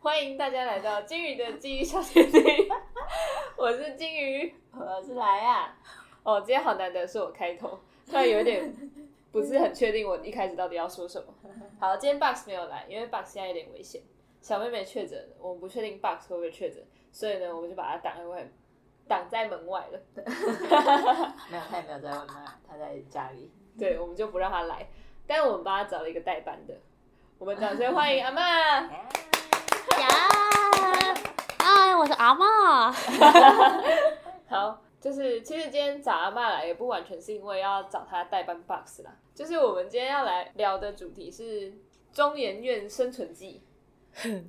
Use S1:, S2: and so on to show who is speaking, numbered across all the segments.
S1: 欢迎大家来到金鱼的记忆小天地， 我是金鱼，
S2: 我是来啊，
S1: 哦，今天好难得是我开头，突然有点不是很确定我一开始到底要说什么。好，今天 Box 没有来，因为 Box 现在有点危险，小妹妹确诊了，我们不确定 Box 会不会确诊，所以呢，我们就把她挡在外，挡在门外了。
S2: 没有，他也没有在外面，他在家里。
S1: 对，我们就不让她来，但我们帮她找了一个代班的，我们掌声欢迎阿嬷。
S3: 呀！哎，我是阿妈。
S1: 好，就是其实今天找阿妈来也不完全是因为要找她代班 box 啦，就是我们今天要来聊的主题是中研院生存记。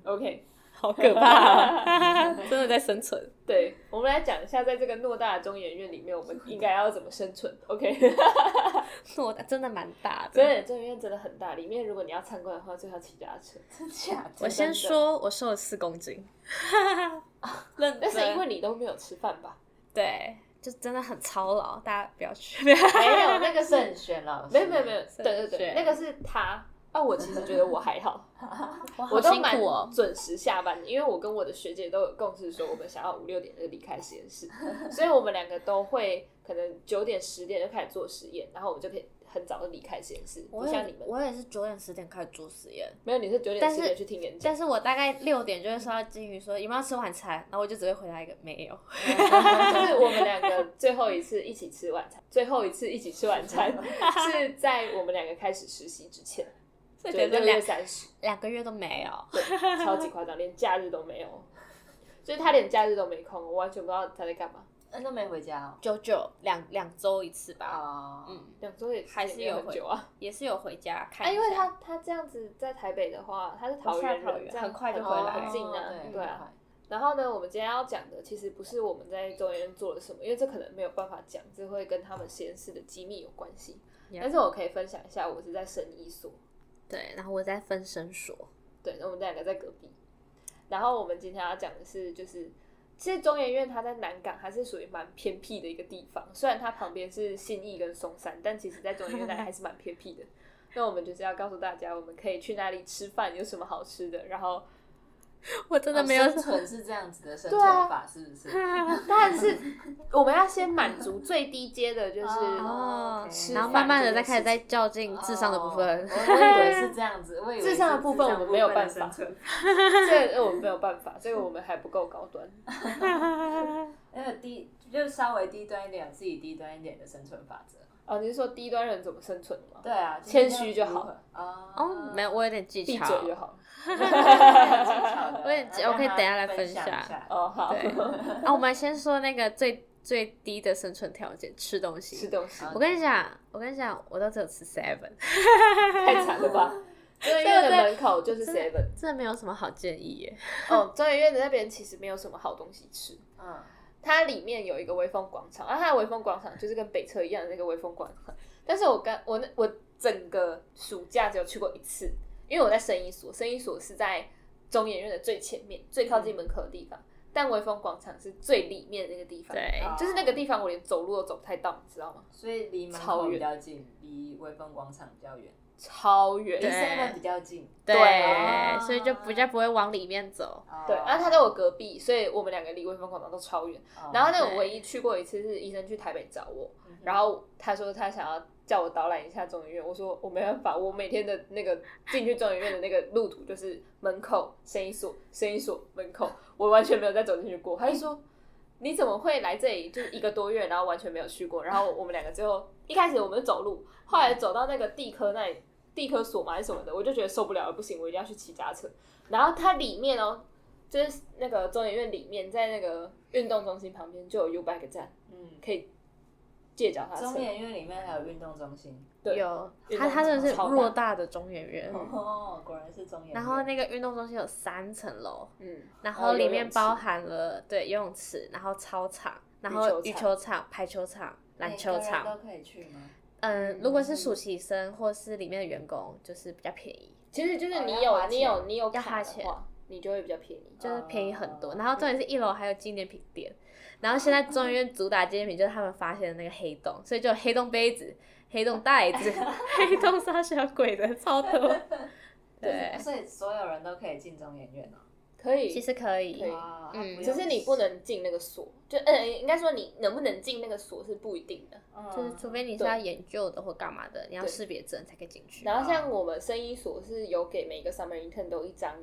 S1: OK，
S3: 好可 怕、哦，真的在生存。
S1: 对，我们来讲一下，在这个偌大的中研院里面，我们应该要怎么生 存。OK，
S3: 我真的蛮大
S1: 真
S3: 的。
S1: 的中研院真的很大，里面如果你要参观的话，最好骑脚踏车。
S2: 真假的？
S3: 我先说，我瘦了四公 斤。认真
S1: 那是因为你都没有吃饭吧？
S3: 对，就真的很操劳，大家不要去。
S1: 没有，那个
S2: 慎
S1: 是，
S2: 选老师，
S1: 没有没有没有，对对对，
S3: 选
S1: 那个是他。啊，我其实觉得我还好，
S3: 我
S1: 我
S3: 好
S1: 都
S3: 辛
S1: 蛮
S3: 苦哦。
S1: 准时下班的，因为我跟我的学姐都有共识，说我们想要五六点就离开实验 室，所以我们两个都会可能九点十点就开始做实验，然后我们就可以很早就离开实验室， 不像你们，
S3: 我也是九点十点开始做实验，
S1: 没有你是九点
S3: 但
S1: 十
S3: 是
S1: 点去听演讲，
S3: 但是我大概六点就会收到金鱼说有没有吃晚餐，然后我就只会回答一个没有。
S1: 就是 我们两个最后一次一起吃晚餐，最后一次一起吃晚 餐是在我们两个开始实习之前，
S3: 所以
S1: 对，
S3: 等
S1: 六
S3: 于说
S1: 月
S3: 两
S1: 三十，
S3: 两个月都没有。
S1: 对，超级夸张，连假日都没有，就是他连假日都没空，我完全不知道他在干嘛，
S2: 嗯，都没回家哦。
S3: 九九两两周一次吧，
S2: 哦，
S3: 嗯，
S1: 两周也
S3: 还是
S1: 也没
S3: 有
S1: 很
S3: 回
S1: 久啊。
S3: 也是有回家看
S1: 啊，
S3: 一下。
S1: 因为他他这样子在台北的话，他是桃园
S3: 我是在桃
S1: 人，
S3: 园
S1: 这样
S3: 很快就回来
S1: 很近啊
S2: 哦，
S1: 对啊。，然后呢，我们今天要讲的其实不是我们在中研院做了什么，因为这可能没有办法讲，这会跟他们实验室的机密有关系。
S3: Yeah
S1: 但是我可以分享一下，我是在神医所，
S3: 对，然后我在分身说，
S1: 对，那我们两个在隔壁。然后我们今天要讲的是，就是其实中研院它在南港还是属于蛮偏僻的一个地方，虽然它旁边是信义跟松山，但其实在中研院那里还是蛮偏僻的。 那我们就是要告诉大家，我们可以去哪里吃饭，有什么好吃的，然后
S3: 我真
S2: 真
S3: 的没有。
S2: 哦生存是这样子的生
S1: 对啊
S2: 存法，是不是？
S1: 但是我们要先满足最低阶的，就是
S2: 哦
S3: 哦
S2: OK
S1: 吃，
S3: 然后
S1: 饭
S3: 慢慢
S1: 这
S3: 的再
S1: 件
S3: 开始
S1: 事
S3: 在较劲智商的部分
S2: 哦。 我我以为是这样子，我以为是
S1: 智商的部分我们没有办法
S2: 智商部分的生存。
S1: 这个我们没有办法，这个我们还不够高端。
S2: 那个低，就稍微低端一点，自己低端一点的生存法则。
S1: 哦，你是说低端人怎么生存吗？
S2: 对啊，
S1: 谦虚就好
S2: 了。哦
S3: 哦， 没有，我有点技
S1: 闭
S3: 巧。
S1: 嘴就好了。
S2: 我
S3: 我也我可以等一下来分享
S1: 哦，好，
S3: 对啊，我们先说那个最最低的生存条件，吃东
S1: 吃
S3: 西。
S1: 东西
S3: 我跟你讲，我跟你讲，我都只有吃 seven，
S1: 太惨了 吧？中研院的门口就是 Seven。
S3: 真的没有什么好建议耶。
S1: 哦，中研院的那边其实没有什么好东西吃。
S2: 嗯，
S1: 它里面有一个微风广场，啊，它的微风广场就是跟北车一样的那个微风广场。但是我刚我那我整个暑假只有去过一次，因为我在生医所，生医所是在中研院的最前面，最靠近门口的地方。但微风广场是最里面那个地方，嗯
S3: 对，
S2: 哦
S1: 就是那个地方我连走路都走不太到，你知道吗？
S2: 所以离门
S1: 超
S2: 口
S1: 远
S2: 比较近，离微风广场比较远，
S1: 超远。
S2: 离
S3: 对
S2: seven 比较近。啊
S3: 对，所以就比较啊不会往里面走。
S2: 哦
S1: 对，然后他在
S2: 的，
S1: 我隔壁，所以我们两个离微风广场都超远。
S2: 哦
S1: 然后呢，
S3: 对
S1: 我唯一去过一次是医生去台北找我，
S2: 嗯
S1: 然后他说他想要叫我导览一下中医院，我说我没办法，我每天的那个进去中医院的那个路途就是门口生医所，生医所门口，我完全没有再走进去过。他就说你怎么会来这里？就是一个多月，然后完全没有去过。然后我们两个最后一开始我们就走路，后来走到那个地科那里，地科所嘛还是什么的，我就觉得受不了了，不行，我一定要去骑家车。然后它里面哦，就是那个中研院里面，在那个运动中心旁边就有 U Bike 站，
S2: 嗯，
S1: 可以借脚踏车。
S2: 中研院里面还有运动中心。
S1: 对
S3: 有，
S1: 运
S3: 它
S1: 动
S3: 它真的是
S1: 超大
S3: 偌大的中原园。
S2: 哦，果然是中研院。
S3: 嗯然后那个运动中心有三层楼，
S1: 嗯，
S3: 然
S1: 还
S3: 后
S1: 有
S3: 里
S1: 游
S3: 面
S1: 泳池
S3: 包含了对游泳池，然后操场，然
S1: 羽
S3: 后
S1: 球
S3: 羽
S1: 场
S3: 球场、排球场、篮球
S2: 每个
S3: 场。
S2: 人都可以去吗？
S3: 嗯，如果是暑期生或是里面的员工，就是比较便宜，
S1: 其实就是
S2: 哦
S1: 你
S2: 要
S1: 有
S2: 花
S1: 你
S2: 钱
S1: 有你有
S3: 要
S1: 卡
S3: 花
S1: 的
S3: 钱
S1: 话，你就会比较便宜。
S3: 就是便宜很
S1: 哦
S3: 多。然
S2: 后
S3: 后重点是一楼还有纪念品店，然后现在中医院主打纪念品就是他们发现的那个黑洞，所以就有黑洞杯子、黑洞袋 子、黑洞杀小鬼的超多。对，
S2: 所以所有人都可以进中研院哦。
S1: 可以，
S3: 其实可以，
S1: 可以
S2: 哇啊
S3: 嗯
S1: 只是你不，能进那个锁，就呃，应该说你能不能进那个锁是不一定的。
S2: 它不
S3: 就
S2: 用
S3: 是除非你
S1: 嗯
S3: 是
S1: 对
S3: 要研究的或干嘛的，你要
S1: 对
S3: 识别证才可以进去。
S1: 然后像我们生医所是有给每个 summer intern 都一张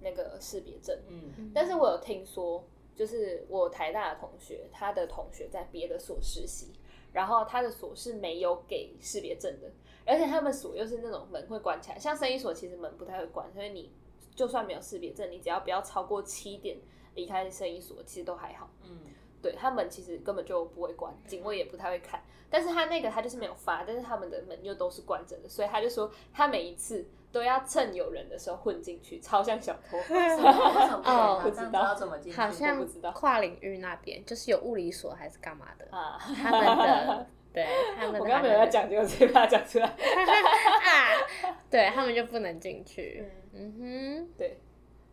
S1: 那个识别证，
S2: 嗯，
S1: 但 是我有听说，就是我台大的同学，他的同学在别的所实习，然后他的所是没有给识别证的，而且他们所又是那种门会关起来，像生医所其实门不太会关，所以你就算没有识别证，你只要不要超过七点离开生医所，其实都还好。
S2: 嗯，
S1: 对他们其实根本就不会关，警卫也不太会看。但是他那个他就是没有发，但是他们的门又都是关着的，所以他就说他每一次都要趁有人的时候混进去，超像小偷。
S2: 为什么为什么不能
S3: 哦
S2: 马上知道怎么进去？
S3: 好
S1: 我
S3: 像
S1: 不知道
S3: 跨领域那边就是有物理所还是干嘛的，
S1: 啊，
S3: 他们 的对他们的
S1: 我刚刚没有在讲，结果直接把它讲出来。
S3: 啊，对他们就不能进去。嗯
S1: 对，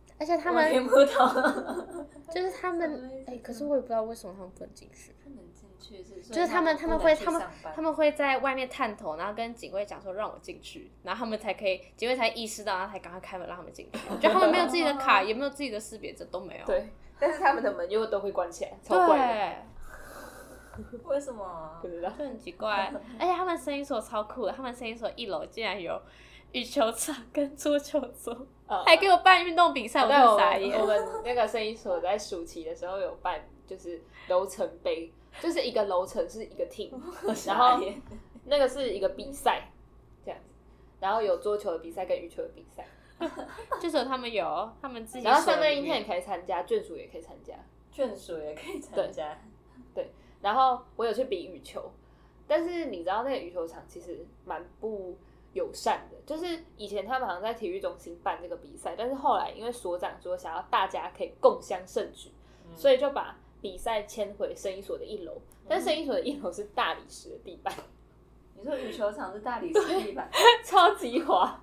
S3: 哼，而且他
S2: 我听
S3: 们
S2: 不 懂，
S3: 就是他
S2: 什么意
S3: 们，
S2: 思
S3: 哎，
S1: 嗯
S3: 可是我也不知道为什么他们不能进去。
S2: 不能进去是，
S3: 就是他们，他们
S2: 所以
S3: 会，他
S2: 不能
S3: 们
S2: 去上班
S3: 他们会在外面探头，然后跟警卫讲说让我进去，然后他们才可以，警卫才意识到，然后才赶快开门让他们进去。就他们没有自己的 卡，也没有自己的识别证，都没有。
S1: 对，但是他们的门又都会关起来，超怪
S3: 对，
S2: 为什么啊
S1: 的，不？知道。
S3: 就很 奇怪。而且他们声音所超酷的，他们声音所一楼竟然有羽球场跟桌球桌，
S1: 啊
S3: 还给我办运动比赛，我真
S1: 哦对
S3: 的
S1: 我
S3: 傻
S1: 们
S3: 眼
S1: 我。们那个生意所在暑期的时候有办，就是楼层杯，就是一个楼层是一个 team，然后那个是一个比赛，这样子，然后有桌球的比赛跟羽球的比赛，
S3: 就只有他们有，他们自己。
S1: 然后上面 intern 也可以参加，眷属也可以参加。
S2: 眷属也可以参加，
S1: 然后我有去比羽球，但是你知道那个羽球场其实蛮不友善的，就是以前他们好像在体育中心办这个比赛，但是后来因为所长说想要大家可以共襄盛举，
S2: 嗯
S1: 所以就把比赛迁回生医所的一楼，但生医所的一楼是大理石的地板，
S2: 你说羽球场是大理石地板，
S1: 超级滑，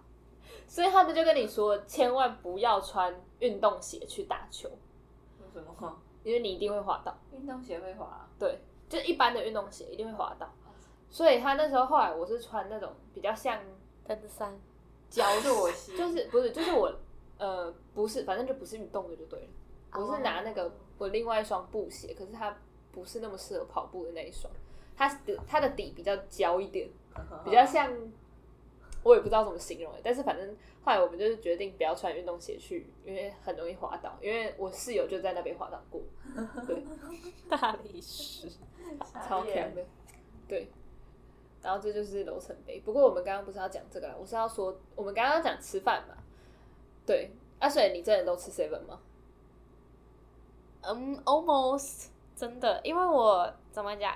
S1: 所以他们就跟你说千万不要穿运动鞋去打球，
S2: 为 什么？
S1: 因为你一定会滑倒。
S2: 运动鞋会滑，
S1: 对，就是一般的运动鞋一定会滑倒，所以他那时候后来我是穿那种比较像。
S3: 登山，
S2: 脚裸鞋
S1: 就是不是就是我呃不是，反正就不是运动的就对了。
S3: 哦
S1: 我是拿那个我另外一双布鞋，可是它不是那么适合跑步的那一双，它的它的底比较胶一点，比较像我也不知道怎么形容欸但是反正后来我们就是决定不要穿运动鞋去，因为很容易滑倒，因为我室友就在那边滑倒过，对，
S3: 大理石。
S1: 超强的，对。然后这就是楼层杯。不过我们刚刚不是要讲这个啦，我是要说我们刚刚要讲吃饭嘛。对，阿、啊、水，你真的都吃 seven 吗？
S3: 嗯，almost 真的，因为我怎么讲，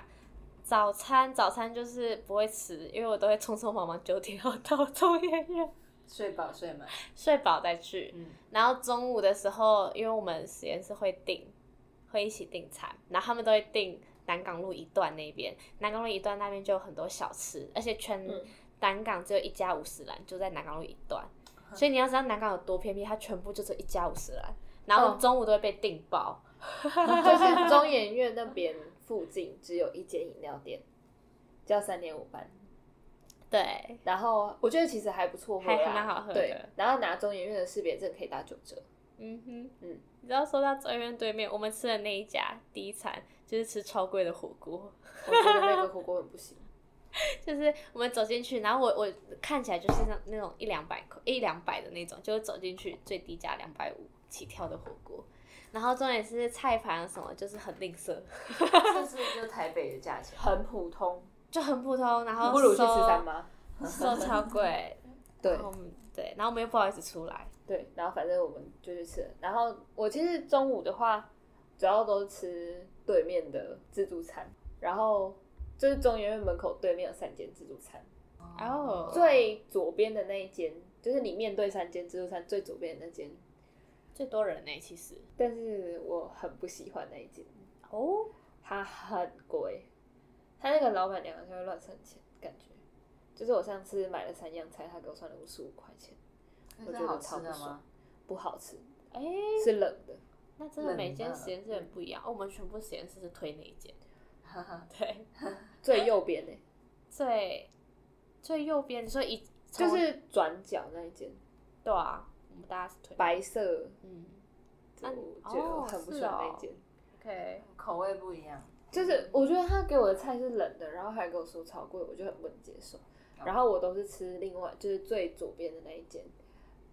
S3: 早餐早餐就是不会吃，因为我都会匆匆忙忙九点要到 中研院
S2: 睡饱睡 满，
S3: 睡饱再去。
S2: 嗯，
S3: 然后中午的时候，因为我们实验室会订，会一起订餐，然后他们都会订南港路一段那边，南港路一段那边就有很多小吃，而且全
S1: 嗯
S3: 南港只有一家五十兰，就在南港路一段，所以你要知道南港有多偏僻，它全部就只有一家五十兰，然后
S1: 嗯
S3: 中午都会被订爆。
S1: 就是中研院那边附近只有一间饮料店，叫三点五班。
S3: 对，
S1: 然后我觉得其实还不错喝啦，啊
S3: 还还蛮好喝的
S1: 对，然后拿中研院的识别证可以打九折。
S3: 嗯哼，
S1: 嗯
S3: 嗯，你知道说到中院对面，我们吃的那一家第一餐就是吃超贵的火锅，
S1: 我觉得那个火锅很不行。
S3: 就是我们走进去，然后我我看起来就是那那种一两百块一两百的那种，就是走进去最低价两百五起跳的火锅，然后重点是菜盘什么就是很吝啬，
S2: 这是就台北的价钱，
S1: 很普通，
S3: 就很普通，然后
S1: 不如去吃
S3: 收
S1: 三妈。
S3: 收超贵，
S1: 对
S3: 然后我们对，然后我们又不好意思出来，
S1: 对，然后反正我们就去吃了。然后我其实中午的话，主要都是吃对面的自助餐，然后就是中研院门口对面有三间自助餐，
S3: 哦
S2: 嗯
S1: 最左边的那一间就是你面对三间自助餐最左边的那间，
S3: 最多人呢、其实
S1: 但是我很不喜欢那一间，
S3: 哦，
S1: 它很贵，它那个老板娘好像会乱算钱，感觉就是我上次买了三样菜，她给我算了五十五块钱，
S2: 那
S1: 我觉
S2: 是
S1: 得
S2: 好
S1: 超
S2: 吃
S1: 不
S2: 的
S1: 爽
S2: 吗？，
S1: 不好吃，
S3: 哎、
S1: 是冷的。
S3: 那真的
S2: 冷
S3: 每间
S2: 的
S3: 实验室很不一样，哦我们全部实验室是推那一间，
S2: 哈哈，
S3: 对，
S1: 最右边呢、
S3: 最最右边你说一
S1: 就
S3: 从
S1: 是转角那一间，
S3: 对啊，我们大家是推
S1: 白色
S3: 嗯，
S1: 就
S3: 那
S1: 觉得很不喜欢
S3: 哦是哦嗯
S1: 那间。
S3: ，OK，
S2: 口味不一样。
S1: 就是我觉得他给我的菜是冷的，然后还给我说超贵，我就很不能接受。
S3: 哦
S1: 然后我都是吃另外就是最左边的那一间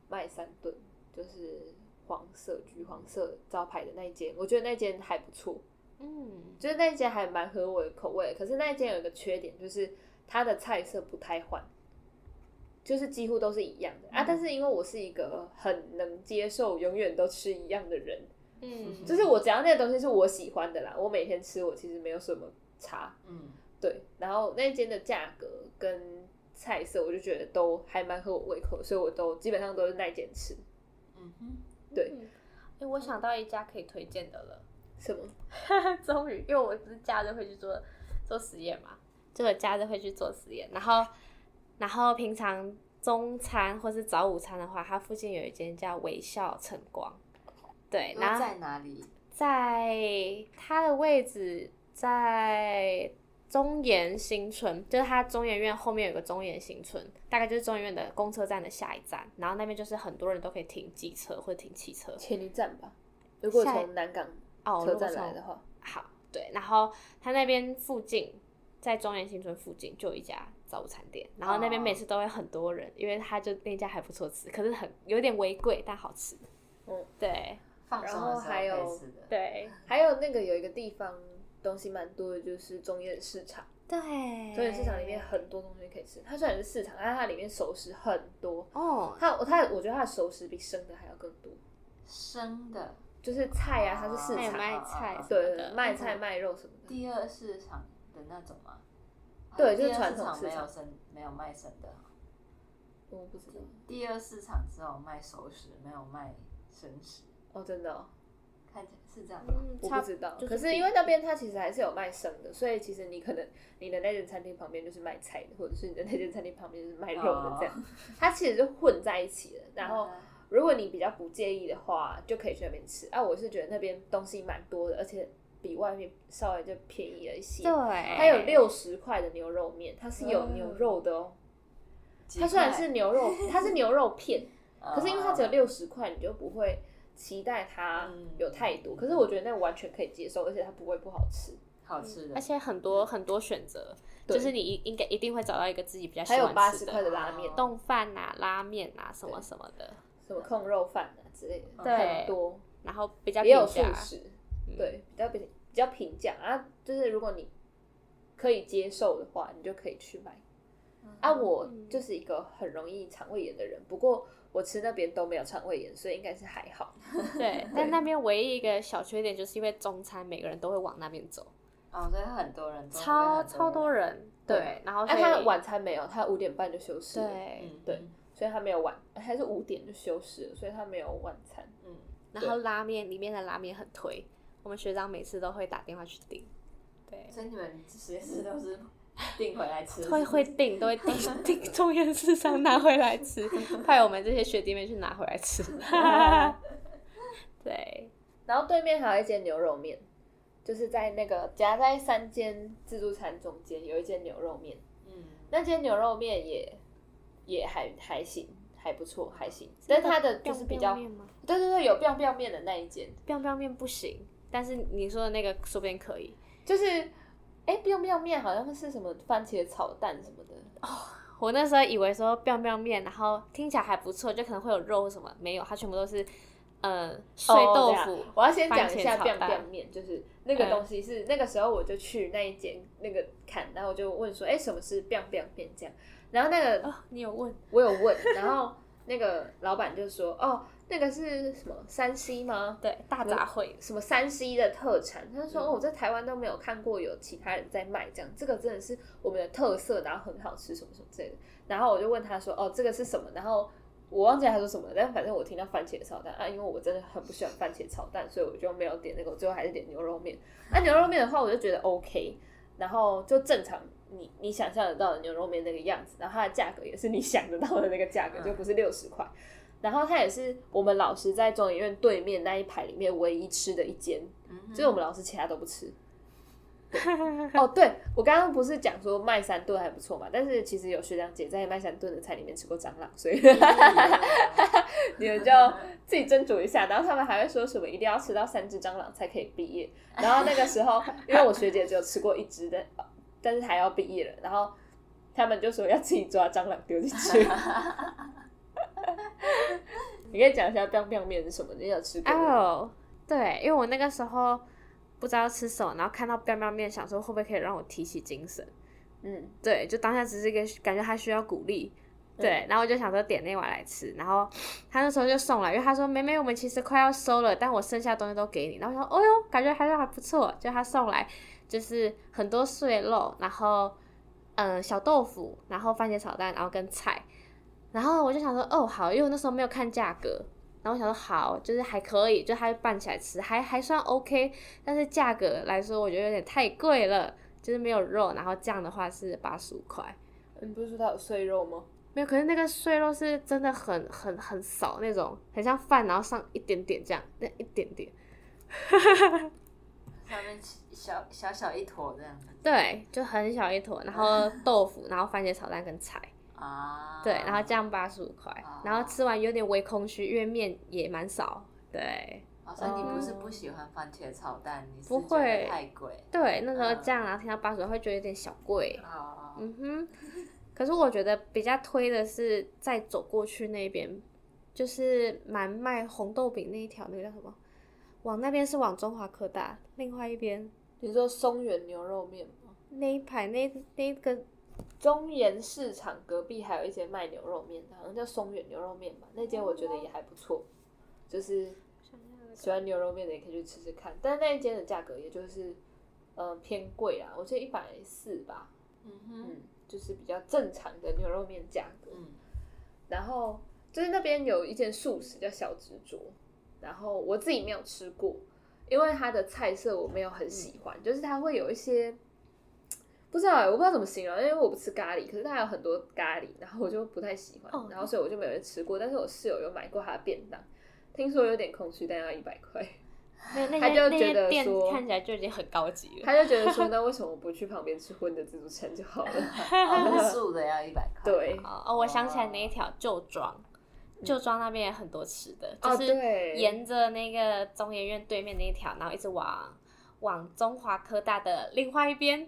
S1: 麦三顿，就是黄色橘黄色招牌的那一间，我觉得那间还不错，
S3: 嗯，
S1: 就是那间还蛮合我的口味。可是那间有一个缺点，就是它的菜色不太换，就是几乎都是一样的啊。
S2: 嗯
S1: 但是因为我是一个很能接受永远都吃一样的人，
S3: 嗯，
S1: 就是我只要那个东西是我喜欢的啦，我每天吃我其实没有什么差。
S2: 嗯，
S1: 对，然后那间的价格跟菜色，我就觉得都还蛮合我胃口，所以我都基本上都是那间吃。
S2: 嗯哼，
S1: 对
S3: 嗯。哎、我想到一家可以推荐的了，
S1: 什么？
S3: 终于，因为我不是假日会去做做实验嘛，就我假日会去做实验，然后然后平常中餐或是早午餐的话，它附近有一间叫微笑晨光，对，然
S2: 那
S1: 哦
S3: 后
S2: 在哪里？
S3: 在它的位置在中研新村，就是它中研院后面有个中研新村，大概就是中研院的公车站的下一站，然后那边就是很多人都可以停机车或者停汽车。
S1: 前一站吧。如果
S3: 下一
S1: 从南港
S3: 哦，
S1: 车
S3: 如果
S1: 站来
S3: 从
S1: 的话，
S3: 好，对，然后他那边附近，在中原新村附近就有一家早午餐店，然后那边
S2: 哦
S3: 每次都会很多人，因为他就那家还不错吃，可是很有点微贵，但好吃。
S1: 嗯，
S3: 对
S2: 放松的时候可以吃的。
S3: 对
S1: 还有那个有一个地方东西蛮多的，就是中原市场。
S3: 对，
S1: 中原市场里
S3: 哎
S1: 面很多东西可以吃，它虽然是市场，但它里面熟食很多。
S3: 哦，
S1: 它它我觉得它的熟食比生的还要更多，
S2: 生的
S1: 就是菜啊，它是市
S3: 哦还有
S1: 场，
S3: 卖菜什么
S1: 对对
S3: 的
S1: 对，卖菜
S3: 嗯
S1: 卖肉什么的。
S2: 第二市场的那种吗？
S1: 对
S2: 啊
S1: 就是
S2: 第二市
S1: 传统市
S2: 没
S1: 场
S2: 有生，没有卖生的。
S1: 我不知道
S2: 第二市场只有卖熟食，没有卖生食。
S1: 哦，真的、哦。
S2: 看起来是这样吗？
S3: 嗯，
S1: 我
S3: 差
S1: 不知道，
S3: 就
S1: 可是
S3: 比
S1: 因为那边它其实还是有卖生的，所以其实你可能你的那间餐厅旁边就是卖菜的，或者是你的那间餐厅旁边就是卖肉
S3: 哦
S1: 的这样，它其实就混在一起了。然后
S2: 嗯
S1: 如果你比较不介意的话，就可以去那边吃。啊，我是觉得那边东西蛮多的，而且比外面稍微就便宜了一些。
S3: 对，
S1: 它有六十块的牛肉面，它是有牛肉的哦。它虽然是，牛肉，它是牛肉片，可是因为它只有
S3: 哦
S1: 六十块，你就不会期待它
S2: 嗯
S1: 有太多。可是我觉得那完全可以接受，而且它不会不好吃。
S2: 好吃的，
S3: 而且很多很多选择，
S1: 对
S3: 就是你一应该一定会找到一个自己比较喜
S1: 还有八
S3: 欢
S1: 十
S3: 吃
S1: 块
S3: 的
S1: 的拉面，
S3: 冻饭啊、拉面啊什么什么的，
S1: 什么控肉饭啊之类的，
S2: 对
S1: 很多，
S3: 然后比较
S1: 也有
S3: 平
S1: 素
S3: 价
S1: 食，
S3: 嗯
S1: 对，比较比比较平价啊。就是如果你可以接受的话，你就可以去买。啊，我
S3: 嗯
S1: 就是一个很容易肠胃炎的人，不过我吃那边都没有肠胃炎，所以应该是还好。
S3: 对，但那边唯一一个小缺点，就是因为中餐每个人都会往那边走，
S2: 哦，所以很多人，
S3: 超超多
S2: 人，
S3: 人。对，然后
S1: 啊，
S3: 所以
S1: 他晚餐没有，他五点半就休息了。
S3: 对，
S2: 嗯
S1: 对，所以他没有晚，还是五点就休息了，所以他没有晚餐。
S2: 嗯，
S3: 然后拉面里面的拉面很推，我们学长每次都会打电话去订，对，
S1: 嗯
S2: 所以你们实验室都是订回来吃，
S3: 会会订，都会订 订中原市场拿回来吃，派我们这些学弟妹去拿回来吃。 对，
S1: 然后对面还有一间牛肉面，就是在那个夹在三间自助餐中间有一间牛肉面，
S2: 嗯，
S1: 那间牛肉面也也还还行，还不错，还行。但它 的就是比较，
S3: biang biang
S1: 对
S3: 面吗
S1: 对对，有 biang biang 面的那一间，
S3: ？biang biang 面不行，但是你说的那个说不定可以。
S1: 就是哎 biang biang 面好像是什么番茄炒蛋什么的，
S3: 我那时候以为说 biang biang 面，然后听起来还不错，就可能会有肉什么，没有，它全部都是呃碎豆
S1: 哦
S3: 腐
S1: 对啊。我要先讲一下
S3: 番茄
S1: biang
S3: 炒蛋嗯
S1: biang 面，就是那个东西是、那个时候我就去那一间那个看，然后我就问说，哎、什么是 biang biang 面这样？然后那个
S3: 哦，你有问？
S1: 我有问，然后那个老板就说，哦，那个是什么山西吗？
S3: 对，大杂烩。
S1: 什么山西的特产？他就说，
S2: 嗯
S1: 哦，我在台湾都没有看过有其他人在卖这样，这个真的是我们的特色，然后很好吃，什么什么之类的。然后我就问他说，哦，这个是什么？然后。我忘记他说哦什么了，但反正我听到番茄炒蛋啊，因为我真的很不喜欢番茄炒蛋，所以我就没有点那个，我最后还是点牛肉面。那、牛肉面的话，我就觉得 OK，然后就正常你你想象得到的牛肉面那个样子，然后它的价格也是你想得到的那个价格，
S2: 嗯
S1: 就不是六十块。然后它也是我们老师在中研院对面那一排里面唯一吃的一间，
S2: 嗯哼
S1: 就是我们老师其他都不吃。哦，对我刚刚不是讲说麦山炖还不错嘛，但是其实有学长姐在麦山炖的菜里面吃过蟑螂，所以 你们 就自己斟酌一下。然后他们还会说什么一定要吃到三只蟑螂才可以毕业。然后那个时候，因为我学姐只有吃过一只的， 但是还要毕业了，然后他们就说要自己抓蟑螂丢进 去。你可以讲一下 biang biang 面是什么？你有吃过吗？
S3: 哦，对，因为我那个时候不知道吃什么，然后看到 biang biang 面，想说会不会可以让我提起精神。
S1: 嗯，
S3: 对，就当下只是一个感觉他需要鼓励。对，然后我就想说点那碗来吃，然后他那时候就送来，因为他说妹妹我们其实快要收了，但我剩下的东西都给你。然后我说哦哟，感觉还是还不错，就他送来就是很多碎肉，然后嗯、呃小豆腐，然后番茄炒蛋，然后跟菜。然后我就想说哦好，因为我那时候没有看价格，然后我想说好，就是还可以，就他拌起来吃还还算 OK，但是价格来说我觉得有点太贵了。就是没有肉，然后酱的话是八十五块，
S1: 你嗯不是说它有碎肉吗？
S3: 没有。可是那个碎肉是真的很很很少那种，很像饭，然后上一点点这样，那一点点。
S2: 上面小小小一坨这样子
S3: 对，就很小一坨，然后豆腐，然后番茄炒蛋跟菜，
S2: 啊，
S3: 对，然后酱八十五块，然后吃完有点微空虚，因为面也蛮少，对
S2: 好像哦你
S1: 嗯
S2: 不是不喜欢番茄炒蛋，你是
S3: 不会
S2: 觉得太贵
S3: 对，那时候
S2: 嗯
S3: 酱然后听到八十会哦觉得有点小贵，
S2: 啊，
S3: 嗯哼，可是我觉得比较推的是再走过去那边，就是蛮卖红豆饼那一条，那个叫什么？往那边是往中华科大，另外一边
S1: 你说松原牛肉面吗？
S3: 那一排那那个
S1: 中原市场隔壁还有一间卖牛肉面的，好像叫松原牛肉面吧，那间我觉得也还不错，就是喜欢牛肉面的也可以去吃吃看。但是那一间的价格也就是，呃，偏贵啊，我记得一百四吧，
S2: 嗯哼，
S1: 嗯，就是比较正常的牛肉面价格。
S2: 嗯，
S1: 然后就是那边有一间素食叫小执着，然后我自己没有吃过，因为它的菜色我没有很喜欢，就是它会有一些不知道欸、我不知道怎么形容，因为我不吃咖喱，可是它有很多咖喱，然后我就不太喜欢，
S3: 哦
S1: 然后所以我就没有吃过。但是我室友有买过它的便当，听说有点空虚，但要一百块。
S3: 那那
S1: 他
S3: 些
S1: 就
S3: 那
S1: 觉得
S3: 些店
S1: 说
S3: 看起来就已经很高级了。
S1: 他就觉得说，那为什么我不去旁边吃荤的自助餐就好了？
S2: 哦那素的要一百块，
S1: 对，
S3: 哦哦，我想起来那一条旧庄，旧庄那边也很多吃的，就是
S1: 嗯哦对
S3: 沿着那个中研院对面那一条，然后一直往往中华科大的另外一边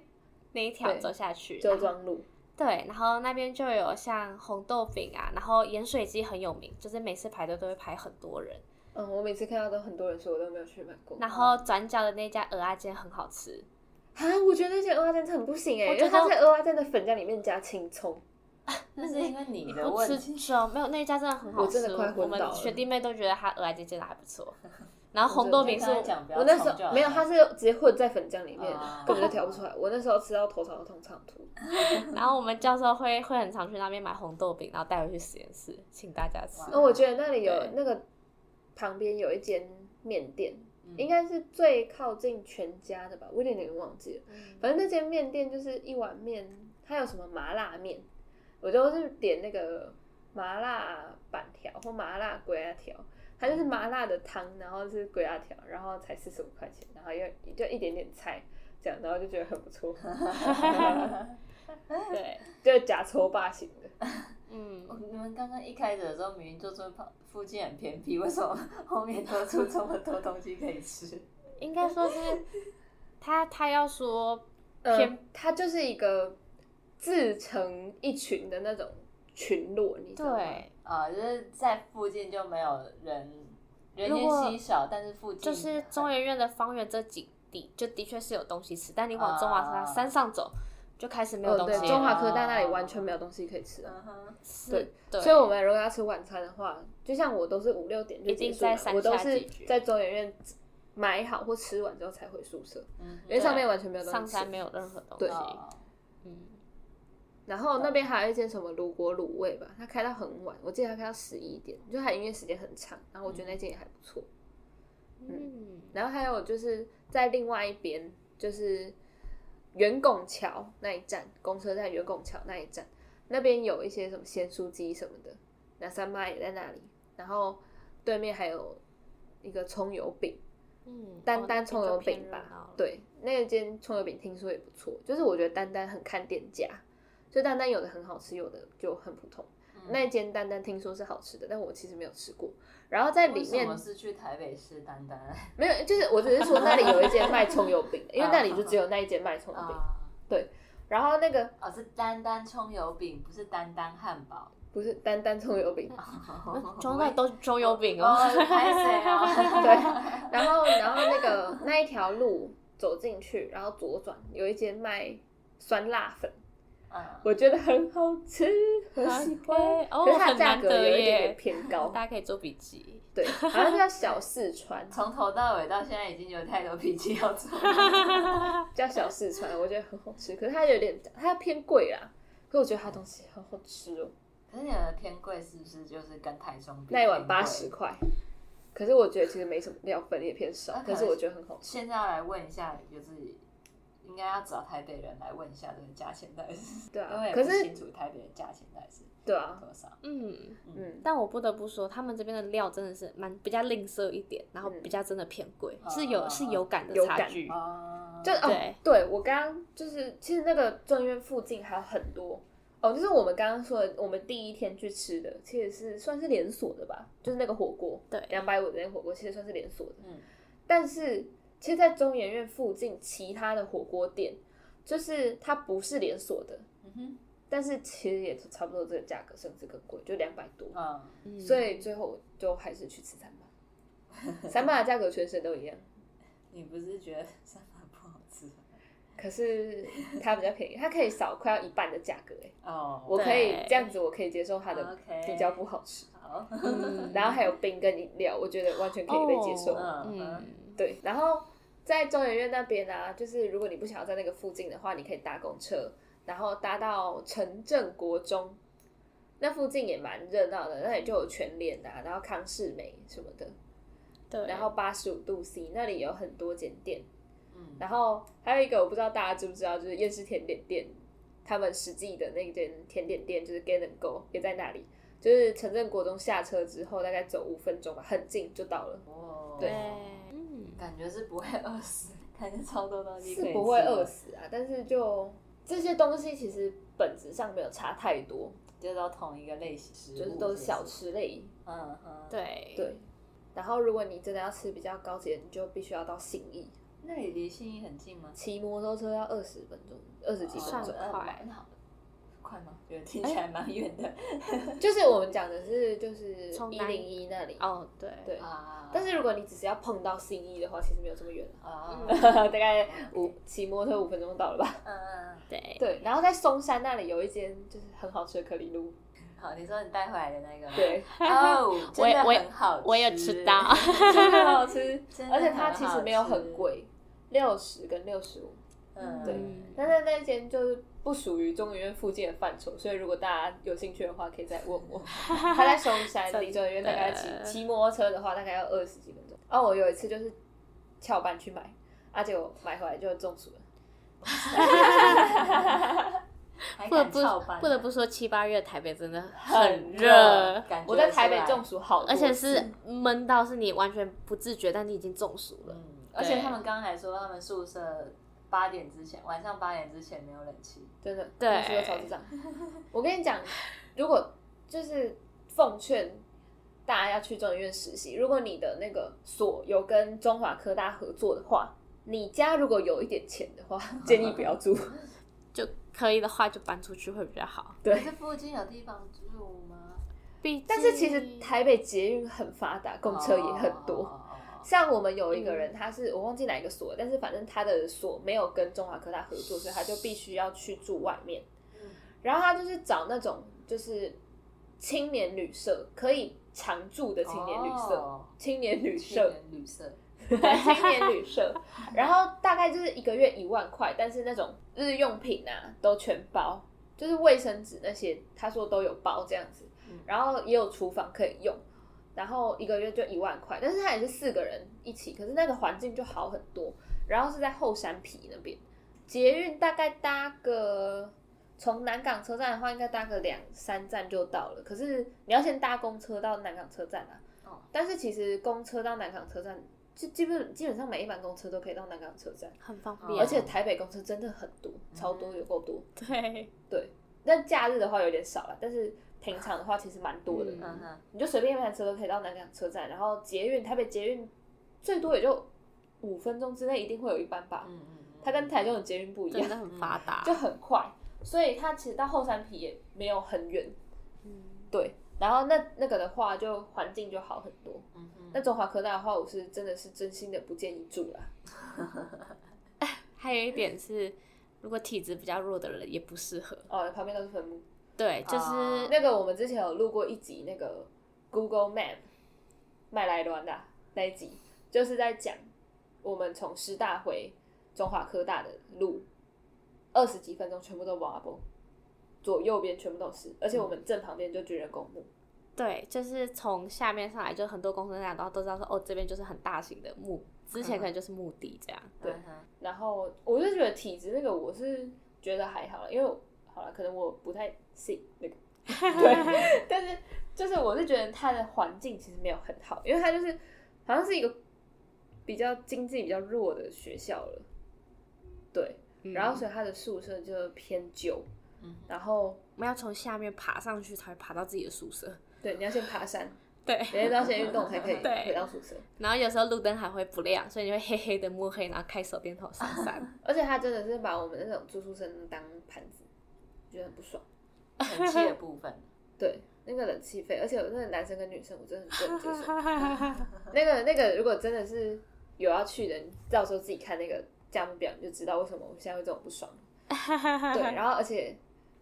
S3: 那一条
S1: 对
S3: 走下去，
S1: 周
S3: 然后
S1: 庄路，
S3: 对，然后那边就有像红豆饼啊，然后盐水鸡很有名，就是每次排队都会排很多人。
S1: 嗯，我每次看到都很多人说，我都没有去买过。
S3: 然后转角的那家鹅阿煎很好吃，
S1: 啊，我觉得那些蚵仔煎真的很不行哎、
S3: 我
S1: 因为
S3: 觉得
S1: 它在蚵仔煎的粉酱里面加青葱，
S2: 那是因为你的
S3: 我
S2: 问
S3: 吃
S2: 题。
S3: 粥没有那一家真的很好
S1: 我
S3: 吃，
S1: 真的快昏
S3: 我
S1: 倒
S3: 们
S1: 了
S3: 学弟妹都觉得他鹅阿煎煎的还不 错。然后
S1: 我
S3: 红
S1: 觉得
S3: 豆饼
S2: 跟
S3: 是
S2: 他讲不要
S1: 我那
S2: 冲
S1: 时
S2: 就好
S1: 候没有，
S2: 了
S1: 它是直接混在粉酱里面，
S2: 哦
S1: 根本就调不出来。我那时候吃到头朝痛上吐。
S2: 嗯
S3: 然后我们教授会会很常去那边买红豆饼，然后带回去实验室请大家吃
S2: 哇。
S1: 那我觉得那里有
S3: 对
S1: 那个旁边有一间面店，
S2: 嗯
S1: 应该是最靠近全家的吧，我有点点忘记了。
S3: 嗯
S1: 反正那间面店就是一碗面，它有什么麻辣面，我就是点那个麻辣板条或麻辣鬼鸭条，它就是麻辣的汤，然后是鬼鸭条，然后才四十五块钱，然后又就一点点菜这样，然后就觉得很不 错，
S3: 对，
S1: 就是假抽霸型的。
S3: 嗯
S2: 哦，你们刚刚一开始的时候，明明就说旁附近很偏僻，为什么后面多出这么多东西可以吃？
S3: 应该说 是他他要说
S1: 嗯
S3: 偏，
S1: 它就是一个自成一群的那种群落，你知道吗？
S3: 对，
S2: 啊，就是在附近就没有人，人
S3: 如
S2: 烟
S3: 果
S2: 稀少，但是附近
S3: 就是中研院的方圆这几地，就的确是有东西吃，但你往中华山
S2: 啊
S3: 山上走，就开始没有
S1: 哦，
S3: 东
S1: 对，
S3: 西
S1: 中
S3: 了。
S1: 华科大那里完全没有东西可以吃啊。
S2: 嗯哼，
S3: 是对，
S1: 所以我们如果要吃晚餐的话，就像我都是五六点就
S3: 一定
S1: 结束嘛
S3: 在山下
S1: 我都是
S3: 解决
S1: 在中研院买好或吃完之后才回宿舍，
S2: 嗯哼
S1: 因为上面完全没有东西
S3: 上
S1: 吃
S3: 山没有任何东
S1: 对
S3: 西。
S2: 哦
S3: 嗯，
S1: 然后那边还有一间什么鲁国卤味吧，它开到很晚，我记得它开到十一点，就它营业时间很长。然后我觉得那间也还不错。
S3: 嗯，
S1: 然后还有就是在另外一边，就是圆拱桥那一站，公车站圆拱桥那一站，那边有一些什么咸酥鸡什么的，那三妈也在那里。然后对面还有一个葱油饼，
S3: 嗯，
S1: 单
S3: 哦
S1: 单
S3: 比
S1: 葱
S3: 较
S1: 油
S3: 偏
S1: 饼
S3: 热闹
S1: 吧
S3: 了，
S1: 对，那间葱油饼听说也不错，就是我觉得丹丹很看店家，就丹丹有的很好吃，有的就很普通。
S2: 嗯
S1: 那间丹丹听说是好吃的，但我其实没有吃过。然后在
S2: 为
S1: 里
S2: 什
S1: 面
S2: 么是去台北市丹丹
S1: 没有，就是我只是说那里有一间卖葱油饼，因为那里就只有那一间卖葱油饼。
S2: 啊？
S1: 然后那个
S2: 哦，是丹丹葱油饼，不是丹丹汉堡。
S1: 不是丹丹葱 油饼，
S3: 嗯中到都是葱油饼哦
S2: 哦，， 拍谁 啊？
S1: 对，然后然后那个那一条路走进去，然后左转有一间卖酸辣粉，
S2: 嗯，
S1: 我觉得很好吃，很喜欢。
S3: OK，哦
S1: 可是它的
S3: 很
S1: 价
S3: 难
S1: 格
S3: 得
S1: 有一点点
S3: 耶
S1: 偏高，
S3: 大家可以做笔记。
S1: 对，好像叫小四川，
S2: 从头到尾到现在已经有太多脾气要做了。
S1: 叫小四川，我觉得很好吃。可是它有点，它偏贵啦。可我觉得它东西好好吃哦，
S2: 可是你们的偏贵是不是就是跟台中比？
S1: 那一碗八十。块。可是我觉得其实没什么料，粉也偏少
S2: 那，可
S1: 可
S2: 能
S1: 是我觉得很好吃。
S2: 现在要来问一下，就是应该要找台北人来问一下这个价钱到底是，
S1: 对
S2: 因
S1: 啊
S2: 为，也
S1: 可
S2: 不清
S1: 是
S2: 楚台北的价钱到底是
S1: 对啊，
S2: 多少。
S3: 嗯，
S1: 嗯，
S3: 但我不得不说，他们这边的料真的是蛮比较吝啬一点，然后
S1: 嗯
S3: 比较真的偏贵，
S2: 哦
S3: 是有
S2: 哦
S3: 是
S2: 哦
S3: 有感的
S1: 有
S3: 差
S1: 感
S3: 距。
S2: 哦，
S1: 嗯就哦
S3: 对，
S1: 对我刚刚就是，其实那个众议院附近还有很多哦，就是我们刚刚说的，我们第一天去吃的，其实是算是连锁的吧，就是那个火锅，
S3: 对
S1: 两百五的那个火锅，其实算是连锁的。
S2: 嗯，
S1: 但是其实，在中研院附近其他的火锅店，就是它不是连锁的，
S2: 嗯哼，
S1: 但是其实也差不多这个价格，甚至更贵，就两百多。
S2: 嗯，
S3: 嗯
S1: 所以最后就还是去吃三八， 三八的价格全省都一样，
S2: 你不是觉得 三八不好吃吗？
S1: 可是它比较便宜，它可以少快要一半的价格哎、
S2: 哦，
S1: 我可以
S3: 对
S1: 这样子，我可以接受它的
S2: OK
S1: 比较不好吃，
S2: 好，
S3: 嗯
S1: 然后还有冰跟饮料，我觉得完全可以被接受。
S3: 哦
S2: 嗯
S3: 嗯，
S1: 对，然后在中研院那边啊，就是如果你不想要在那个附近的话，你可以搭公车，然后搭到城镇国中，那附近也蛮热闹的，那里就有全联啊，然后康世美什么的，
S3: 对，
S1: 然后八十五度 C 那里有很多间店，
S2: 嗯，
S1: 然后还有一个我不知道大家知不知道，就是夜市甜点店，他们实际的那间甜点店就是 Get and Go 也在那里。就是城镇国中下车之后，大概走五分钟吧，很近就到了，
S2: 哦，
S1: 对
S3: 嗯，
S2: 感觉是不会饿死，感觉超多东西可以
S1: 是
S2: 吃
S1: 不会饿，死啊，但是就这些东西其实本质上没有差太多，
S2: 就到同一个类型食
S1: 就
S2: 物，
S1: 是都是小，吃类。
S2: 嗯哼，，
S3: 对
S1: 对，然后如果你真的要吃比较高级的，你就必须要到信义，
S2: 那里离信义很近吗？
S1: 骑摩托车要二十分钟，二十几分
S3: 算
S1: 钟。
S3: 快
S2: 那好快 吗？觉得听起来蛮远的
S1: 就是我们讲的是就是
S3: 从
S1: 一
S3: 哪
S1: 零
S3: 里
S1: 一那里，
S3: 哦对
S1: 对。
S2: 啊
S1: 但是如果你只是要碰到信义的话，其实没有这么远啊
S2: 啊，
S1: 大概五骑摩托车五分钟到了 吧？
S2: 嗯，
S3: 对
S1: 对，然后在松山那里有一间就是很好吃的可丽露，
S2: 好，你说你带回来的那个吗，
S1: 对，
S2: 哦，
S3: 我也
S2: 真的
S3: 我也
S2: 很好吃，
S3: 我也吃到，
S1: 真的很好吃，
S2: 真的
S1: 而且
S2: 很
S1: 它其
S2: 好
S1: 实没有
S2: 吃
S1: 很，贵，六十跟六十五，
S2: 嗯，
S1: 对
S3: 嗯
S1: 但是那间就是不属于中研院附近的范畴，所以如果大家有兴趣的话，可以再问 我。他在松山离中研院大概骑
S3: 真的
S1: 骑摩托车的话，大概要二十几分钟。哦，我有一次就是翘班去买，而且我买回来就中暑了。
S2: 还
S3: 不得
S2: 敢
S3: 不
S2: 翘班啊
S3: 不得不说，七八月台北真的
S2: 很
S3: 热，
S2: 感觉
S1: 我在台北
S2: 出来嗯
S1: 中，暑好多次，
S3: 而且是闷到是你完全不自觉，但你已经中暑了。
S2: 嗯，而且他们刚才说他们宿舍八点之前，晚上八点之前没有冷气，
S1: 真的，
S3: 对
S1: 我觉得超智障。我跟你讲，如果就是奉劝大家要去中研院实习，如果你的那个所有跟中华科大合作的话，你家如果有一点钱的话， 建议不要住。
S3: 就可以的话就搬出去会比较好。
S2: 可
S1: 对，
S2: 是附近有地方住吗？
S3: 毕竟
S1: 但是其实台北捷运很发达，公车也很多。
S2: 哦哦哦哦
S1: 像我们有一个人，他是我忘记哪一个所，但是反正他的所没有跟中华科大合作，所以他就必须要去住外面。然后他就是找那种就是青年旅社，可以常住的青年旅社，
S2: 哦
S1: 青年旅
S2: 青
S1: 社，
S2: 年旅社，
S1: 对，青年旅社。然后大概就是一个月一万块，但是那种日用品啊都全包，就是卫生纸那些，他说都有包这样子
S2: 嗯，
S1: 然后也有厨房可以用。然后一个月就一万块，但是他也是四个人一起，可是那个环境就好很多。然后是在后山皮那边，捷运大概搭个从南港车站的话，应该搭个两三站就到了。可是你要先搭公车到南港车站啊。
S2: 哦
S1: 但是其实公车到南港车站就基本基本上每一班公车都可以到南港车站，
S3: 很方
S2: 对
S3: 便，
S2: 啊
S1: 而且台北公车真的很多，超
S3: 嗯
S1: 多有够多。
S3: 对，
S1: 但假日的话有点少了，但是平常的话其实蛮多的。
S3: 嗯
S2: 嗯哼，
S1: 你就随便一班车都可以到南港车站，然后捷运台北捷运最多也就五分钟之内一定会有一班吧。
S2: 嗯嗯，
S1: 它跟台中的捷运不一
S3: 真的
S1: 样，
S3: 很发达，
S1: 就很快，所以它其实到后山皮也没有很远。
S3: 嗯
S1: 对，然后那那个的话就环境就好很多。
S2: 嗯哼，
S1: 那中华科大的话，我是真的是真心的不建议住啦。
S3: 还有一点是，如果体质比较弱的人也不适合。
S1: 哦，旁边都是坟墓。
S3: 对，就是
S2: 哦
S1: 那个我们之前有录过一集那个 Google Map 麦莱伦的那一集，就是在讲我们从师大回中华科大的路，二十几分钟全部都往阿波，左右边全部都是，而且我们正旁边就军人公墓，
S3: 对，就是从下面上来，就很多公车站，然后都知道说，哦，这边就是很大型的墓，之前可能就是墓地这样。
S1: 对
S2: 嗯哼
S1: 然后我就觉得体质那个我是觉得还好了，因为我好了，可能我不太信那个，对，但是就是我是觉得它的环境其实没有很好，因为它就是好像是一个比较经济比较弱的学校了，对，
S3: 嗯
S1: 然后所以它的宿舍就偏旧，
S2: 嗯
S1: 然后
S3: 我们要从下面爬上去，才会爬到自己的宿舍。
S1: 对你要先爬山，
S3: 对，
S1: 每天都要先运动才可以
S3: 对
S1: 回到宿舍，
S3: 然后有时候路灯还会不亮，所以你会黑黑的摸黑，然后开手电筒闪 闪。
S1: 而且它真的是把我们那种住宿生当盘子，觉得很不爽。
S2: 很气的部分，
S1: 对，那个冷气费，而且我那个男生跟女生，我真的很不能接受。 那个那个，如果真的是有要去的，你到时候自己看那个价目表，你就知道为什么我现在会这种不 爽。对，然后而且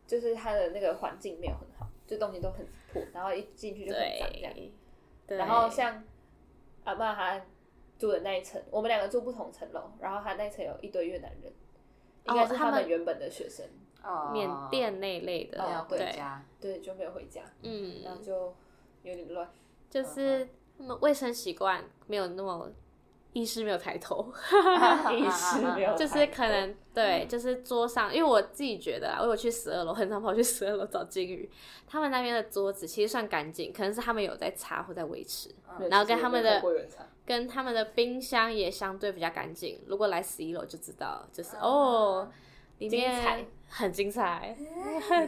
S1: 就是它的那个环境没有很好，就东西都很破，然后一进去就很脏这样。
S3: 对，对
S1: 然后像阿妈她住的那一层，我们两个住不同层楼，然后她那一层有一堆越南人，应该
S3: 哦
S1: 是
S3: 他
S1: 他们
S3: 们
S1: 原本的学生，
S2: 哦
S3: 缅甸那一类
S1: 哦
S3: 的，
S2: 没有回
S3: 对，
S2: 家，
S1: 对，就没有回家，然后
S3: 嗯，
S1: 就有点乱。
S3: 就是他们卫生习惯没有那么意识没有抬头，
S1: 意识没有
S3: 就
S1: 抬
S3: 是
S1: 头
S3: 可能对，就是桌上，因为我自己觉得啊，我有去十二楼，很常跑去十二楼找金鱼，他们那边的桌子其实算干净，可能是他们有在擦或在维持，然后跟他们的跟他们的冰箱也相对比较干净。如果来十一楼就知道，就是、哦，里
S1: 精彩
S3: 面很 精彩。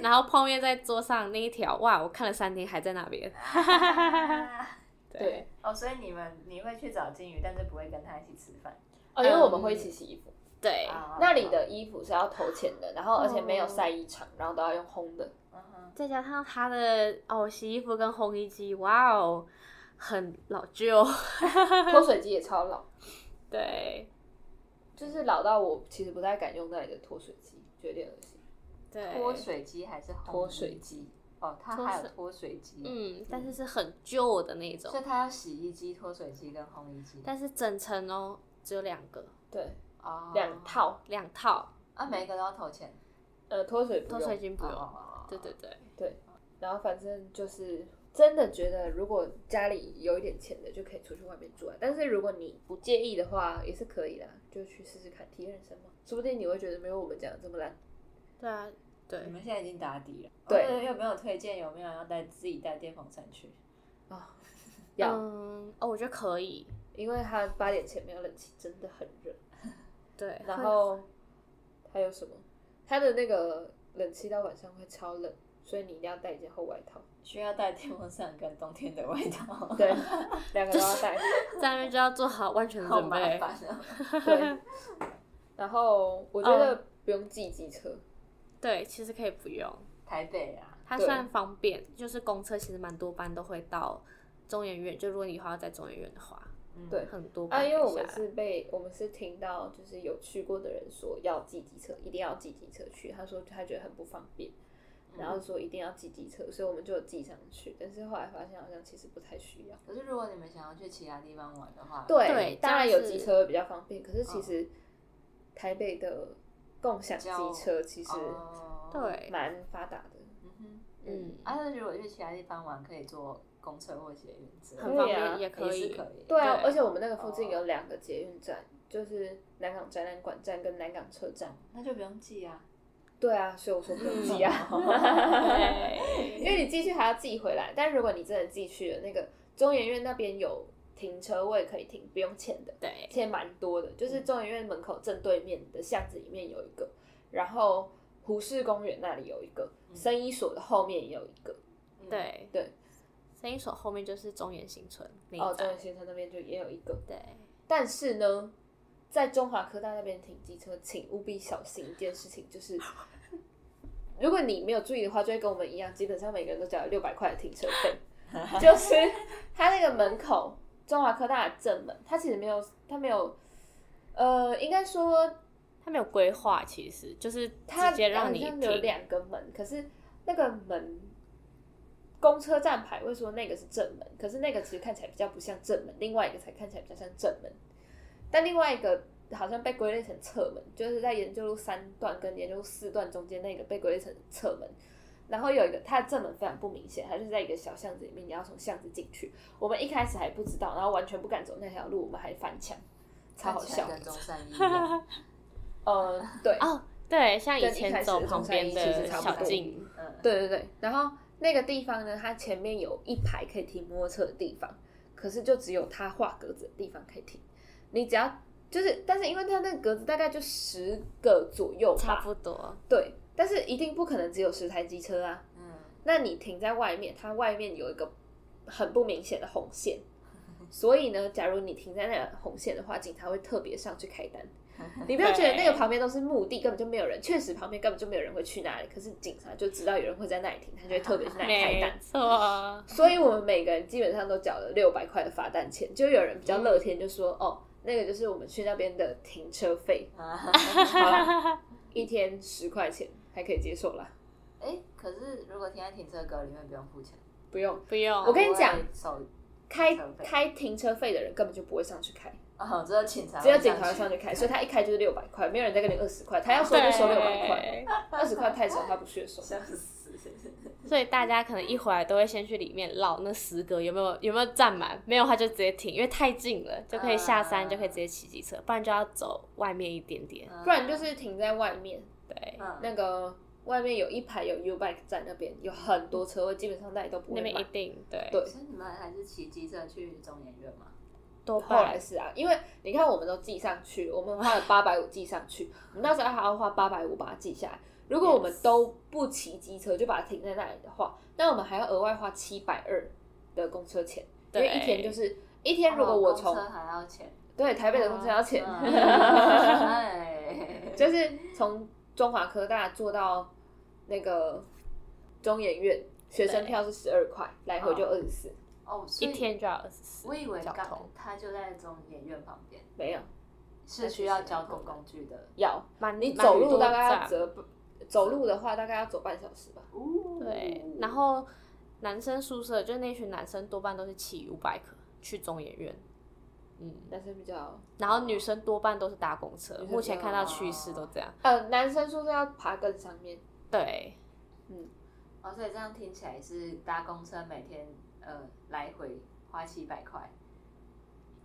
S3: 然后泡面在桌上那一条，哇，我看了三天还在那边。
S1: 对，
S2: 哦，所以你们你会去找金鱼，但是不会跟他一起吃饭。
S1: 哦，因为我们会一起洗衣服，
S3: 对，
S2: 啊
S1: 那里的衣服是要投钱的，然后而且没有晒衣场，然后都要用烘的，
S2: 嗯哼
S3: 再加上它的哦洗衣服跟烘衣机，哇哦，很老旧。
S1: 脱水机也超老，
S3: 对
S1: 就是老到我其实不太敢用那里的脱水机，觉得有点恶心。
S3: 对，
S2: 脱水机还是烘
S1: 脱水
S2: 机？哦，它
S3: 脱
S2: 还有
S3: 水
S2: 脱水机，，
S3: 嗯，但是是很旧的那
S2: 所以
S3: 种，
S2: 它有洗衣机、脱水机跟烘衣机。
S3: 但是整层哦只有两个，
S1: 对，
S2: 哦，
S1: 两套，
S3: 两套
S2: 啊，每一个都要投钱。
S1: 呃，脱水不
S3: 脱水
S1: 用，啊
S3: 巾不用。
S2: 哦
S3: 对对对，
S1: 然后反正就是。真的觉得，如果家里有一点钱的，就可以出去外面住啊。但是如果你不介意的话，也是可以的，就去试试看，体验人生嘛。说不定你会觉得没有我们讲的这么烂。
S3: 对啊，对。
S2: 你们现在已经打底了。
S1: 对
S2: 哦有没有推荐？有没有要带自己带电风扇去？
S1: 啊、要、
S3: 嗯，哦，我觉得可以，
S1: 因为它八点前没有冷气，真的很热。
S3: 对，
S1: 然后还有什么？它的那个冷气到晚上会超冷，所以你一定要带一件厚外套。
S2: 需要带电风扇跟冬天的外 套。
S1: 对，两个都要带。
S3: 在那边就要做好万全的
S2: 好
S3: 准
S2: 麻
S3: 备。
S2: 烦啊！
S1: 对。然后我觉得不用寄机车，
S3: 对，其实可以不用，
S2: 台北啊，
S3: 它
S1: 对
S3: 算方便，就是公车其实蛮多班都会到中研院，就如果你以后要在中研院的话，
S2: 嗯
S1: 对
S3: 很多班
S1: 啊，
S3: 可以
S1: 因为我
S3: 下
S1: 们
S3: 来
S1: 是被我们是听到就是有去过的人说要寄机车，一定要寄机车去。他说他觉得很不方便，然后说一定要寄机车，所以我们就有寄上去。但是后来发现好像其实不太需要。
S2: 可是如果你们想要去其他地方玩的话，哦
S1: 对，
S3: 对
S1: 当然
S3: 这样
S1: 有
S3: 是嗯
S1: 机车比较方便，可是其实台北的共享机车其实
S2: 哦，
S3: 对，
S1: 蛮发达的。
S2: 嗯哼，
S3: 嗯，
S2: 啊，那如果去其他地方玩，可以坐公车或捷运之类的，
S3: 很
S1: 可以
S3: 方
S1: 啊
S3: 便，也可
S2: 也
S3: 以
S2: 是，可以。
S1: 对啊，
S3: 对哦
S1: 而且我们那个附近有两个捷运站，就是南港展览馆站跟南港车站。
S2: 那就不用寄啊。
S1: 对啊，所以我说不用寄啊，
S3: 对，
S1: 因为你寄去还要寄回来。但如果你真的寄去了，那个中研院那边有停车位可以停，不用钱的，
S3: 对
S1: 而，且蛮多的。就是中研院门口正对面的巷子里面有一个，然后胡适公园那里有一个，
S2: 嗯
S1: 生医所的后面也有一个。
S2: 嗯，
S3: 对
S1: 对，
S3: 声音所后面就是中原新村那
S1: 哦，中
S3: 一站，
S1: 原新村那边就也有一个，
S3: 对，
S1: 但是呢，在中华科大那边停机车，请务必小心一件事情，就是如果你没有注意的话，就会跟我们一样，基本上每个人都缴了六百块的停车费。就是它那个门口，中华科大的正门，它其实没有，它没有，呃，应该说
S3: 它没有规划，其实就是
S1: 它
S3: 直接让
S1: 好
S3: 你
S1: 像
S3: 停，
S1: 有两个门，可是那个门。公车站牌会说那个是正门，可是那个其实看起来比较不像正门，另外一个才看起来比较像正门，但另外一个好像被归类成侧门，就是在研究路三段跟研究路四段中间那个被归类成侧门。然后有一个它的正门非常不明显，它就是在一个小巷子里面，你要从巷子进去。我们一开始还不知道，然后完全不敢走那条路，我们还翻墙，超
S2: 看
S1: 好
S2: 起
S1: 笑。
S2: 来跟中山 一样，
S1: 呃，对，
S3: 哦，对，像以
S1: 跟一开
S3: 前
S1: 始
S3: 走
S1: 的
S3: 旁
S1: 中山
S3: 边
S1: 一其
S3: 的
S1: 实差不
S3: 小
S1: 多
S3: 径，
S2: 嗯，
S1: 对对对，然后那个地方呢，它前面有一排可以停摩托车的地方，可是就只有它画格子的地方可以停。你只要就是，但是因为它那个格子大概就十个左右吧，
S3: 差不多，
S1: 对，但是一定不可能只有十台机车啊。
S2: 嗯，
S1: 那你停在外面，它外面有一个很不明显的红线，所以呢，假如你停在那个红线的话，警察会特别上去开单。你不要觉得那个旁边都是墓地，根本就没有人，确实旁边根本就没有人会去那里，可是警察就知道有人会在那里停，他就会特别去那里开
S3: 没
S1: 单。
S3: 错，
S1: 所以我们每个人基本上都缴了六百块的罚单钱，就有人比较乐天，就说、哦，那个就是我们去那边的停车费，
S2: 啊，
S1: 好啦，一天十块钱还可以接受啦，
S2: 哎，可是如果停在停车格里面不用付钱，
S1: 不用。
S3: 不用，
S1: 我跟你讲
S2: 不会手
S1: 开
S2: 停车费
S1: 开停车费的人根本就不会上去开，
S2: 哦，只有警察，
S1: 只有警察会上去开，所以他一开就是六百块，没有人再跟你二十块，他要收就收六百块，
S3: 对
S1: 二十块太少他不屑收。
S2: 笑死，
S3: 所以大家可能一回来都会先去里面绕那十个有没有有没有站满，没有他就直接停，因为太近了，就可以下
S2: 啊
S3: 山，就可以直接骑机车，不然就要走外面一点点。
S2: 不
S1: 不然就是停在外面，
S3: 对，
S2: 嗯
S1: 那个外面有一排有 U bike 站那边有很多车位，基本上那里都不
S3: 那
S1: 会
S3: 边一
S1: 买。
S3: 定对
S1: 对
S2: 所以你们还是骑机车去中研院吗？
S3: 多
S1: 后来
S3: 半
S1: 是啊，因为你看我们都记上去，我们花了八百五记上去，我们那时候还要花八百五把它记下来。如果我们都不骑机车就把它停在那里的话，那我们还要额外花七百二的公车钱，因为
S3: 对
S1: 一天就是一天，如果我从
S2: 哦公车还要 钱，
S1: 对，台北的公车要钱，
S2: 嗯哎，
S1: 就是从中华科大坐到那个中研院，学生票是十二块，来回就二十四，
S2: 哦，所以
S3: 一天就要二十四。
S2: 我以为
S3: 交
S2: 刚
S3: 通
S2: 他就在中研院旁边，
S1: 没有
S2: 是需要交通工具的。
S1: 要
S3: 蛮
S1: 你
S3: 蛮
S1: 走
S3: 多
S1: 路大概要
S3: 站
S1: 折，走路的话大概要走半小时吧。
S2: 哦
S3: 对，然后男生宿舍就那群男生多半都是骑 U bike 去中研院，嗯，
S1: 男生比较，
S3: 然后女生多半都是搭公车，
S1: 生
S3: 目前看到趋势都这样。
S1: 呃，男生宿舍要爬更上面，
S3: 对，
S2: 哦，所以这样听起来是搭公车每天呃来回花七百块，